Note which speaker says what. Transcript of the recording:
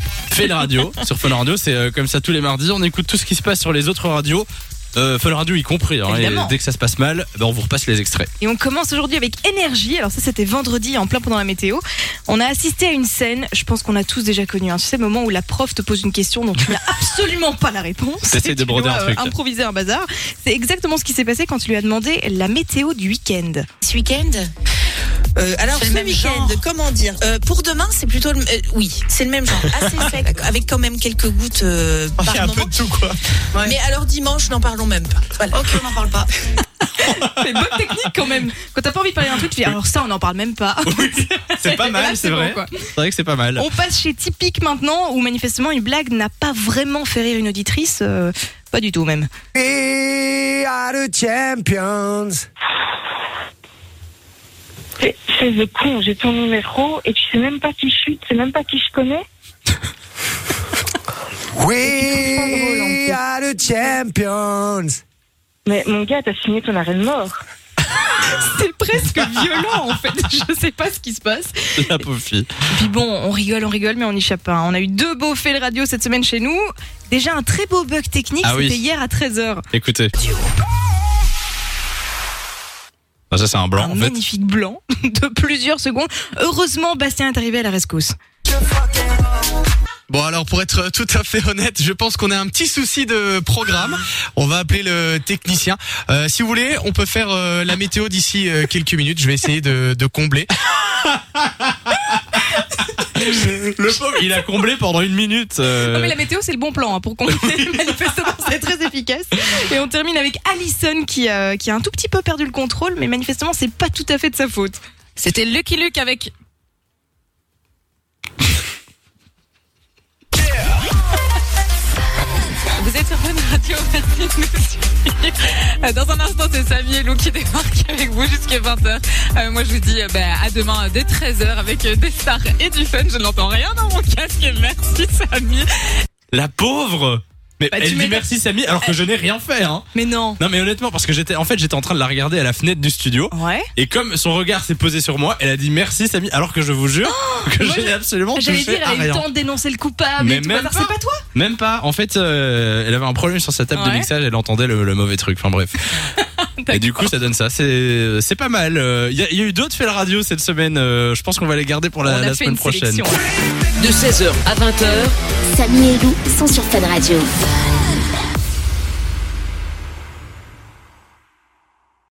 Speaker 1: fait la radio sur Fun Radio. C'est euh, comme ça tous les mardis. On écoute tout ce qui se passe sur les autres radios. Euh, Fun Radio y compris. hein. Et
Speaker 2: Évidemment.
Speaker 1: dès que ça se passe mal, ben, on vous repasse les extraits.
Speaker 2: Et on commence aujourd'hui avec énergie. Alors ça, c'était vendredi, en plein pendant la météo. On a assisté à une scène, je pense qu'on a tous déjà connu. Hein. Tu sais, le moment où la prof te pose une question dont tu n'as absolument pas la réponse.
Speaker 1: T'essayes
Speaker 2: Et
Speaker 1: de
Speaker 2: tu
Speaker 1: broder
Speaker 2: dois,
Speaker 1: un
Speaker 2: euh,
Speaker 1: truc, là.
Speaker 2: improviser un bazar. C'est exactement ce qui s'est passé quand tu lui as demandé la météo du week-end.
Speaker 3: Ce week-end
Speaker 4: Euh, alors
Speaker 3: C'est le
Speaker 4: ce
Speaker 3: même
Speaker 4: week-end,
Speaker 3: genre.
Speaker 4: comment dire Euh, Pour demain, c'est plutôt le, euh, oui, c'est le même genre, assez sec, avec quand même quelques gouttes euh,
Speaker 1: Oh,
Speaker 4: par moment.
Speaker 1: tout quoi.
Speaker 4: Mais alors dimanche, n'en parlons même pas. Voilà.
Speaker 3: Ok, on n'en parle pas.
Speaker 2: C'est une bonne technique quand même. Quand t'as pas envie de parler d'un truc, tu dis alors ça, on n'en parle même pas.
Speaker 1: C'est pas
Speaker 2: Là,
Speaker 1: mal, c'est
Speaker 2: bon,
Speaker 1: vrai.
Speaker 2: quoi.
Speaker 1: C'est vrai que c'est pas mal.
Speaker 2: On passe chez Typique maintenant, où manifestement une blague n'a pas vraiment fait rire une auditrice. euh, pas du tout même.
Speaker 5: We are the champions.
Speaker 6: C'est c'est le con, j'ai ton numéro et tu sais même pas qui je suis, tu sais même pas qui je connais.
Speaker 5: We are the champions.
Speaker 6: Mais mon gars, t'as signé ton arrêt de mort.
Speaker 2: C'est presque violent en fait. Je sais pas ce qui se passe.
Speaker 1: La pauvre fille.
Speaker 2: Puis bon, on rigole, on rigole, mais on n'y échappe pas. hein. On a eu deux beaux faits de radio cette semaine chez nous. Déjà un très beau bug technique,
Speaker 1: Ah oui.
Speaker 2: c'était hier à 13h.
Speaker 1: Écoutez. Ah, ça, c'est un blanc
Speaker 2: un
Speaker 1: en fait.
Speaker 2: magnifique blanc de plusieurs secondes. Heureusement, Bastien est arrivé à la rescousse.
Speaker 7: Bon alors pour être tout à fait honnête, je pense qu'on a un petit souci de programme. On va appeler le technicien. Euh, si vous voulez, on peut faire euh, la météo d'ici euh, quelques minutes. Je vais essayer de, de combler.
Speaker 1: Le pauvre, il a comblé pendant une minute. euh,
Speaker 2: Non, mais la météo, c'est le bon plan hein, pour qu'on manifestement, c'est très efficace. Et on termine avec Allison qui, euh, qui a un tout petit peu perdu le contrôle, mais manifestement, c'est pas tout à fait de sa faute.
Speaker 3: C'était Lucky Luke avec. Vous êtes sur Fun Radio, merci de nous suivre. Dans un instant, c'est Samy et Lou qui débarquent avec vous jusqu'à 20h. Euh, moi, je vous dis euh, bah, à demain euh, dès 13h avec euh, des stars et du fun. Je n'entends rien dans mon casque. Merci, Samy.
Speaker 1: La pauvre mais
Speaker 2: Bah, tu
Speaker 1: elle dit
Speaker 2: m'étonnes.
Speaker 1: merci Samy alors que je n'ai rien fait hein.
Speaker 2: Mais non.
Speaker 1: Non mais honnêtement parce que j'étais en fait j'étais en train de la regarder à la fenêtre du studio
Speaker 2: Ouais.
Speaker 1: et comme son regard s'est posé sur moi, elle a dit merci Samy alors que je vous jure que
Speaker 2: Oh, moi,
Speaker 1: je n'ai absolument
Speaker 2: Ah, J'allais
Speaker 1: touché
Speaker 2: dire,
Speaker 1: à
Speaker 2: elle a eu le
Speaker 1: rien.
Speaker 2: temps de dénoncer le coupable.
Speaker 1: Mais
Speaker 2: et tout
Speaker 1: même
Speaker 2: bazar.
Speaker 1: pas.
Speaker 2: c'est pas toi.
Speaker 1: Même pas. En fait, euh, elle avait un problème sur sa table de
Speaker 3: Ouais.
Speaker 1: mixage, elle entendait le, le mauvais truc. Enfin bref. et du coup, ça donne ça. C'est c'est pas mal. Euh, Il y, a- il y a eu d'autres faits de radio cette semaine. Euh, je pense qu'on va les garder pour
Speaker 2: On
Speaker 1: la,
Speaker 2: a
Speaker 1: la
Speaker 2: fait
Speaker 1: semaine
Speaker 2: une
Speaker 1: prochaine.
Speaker 2: sélection.
Speaker 8: De 16h à 20h,
Speaker 9: Samy et Lou sont sur Fun Radio.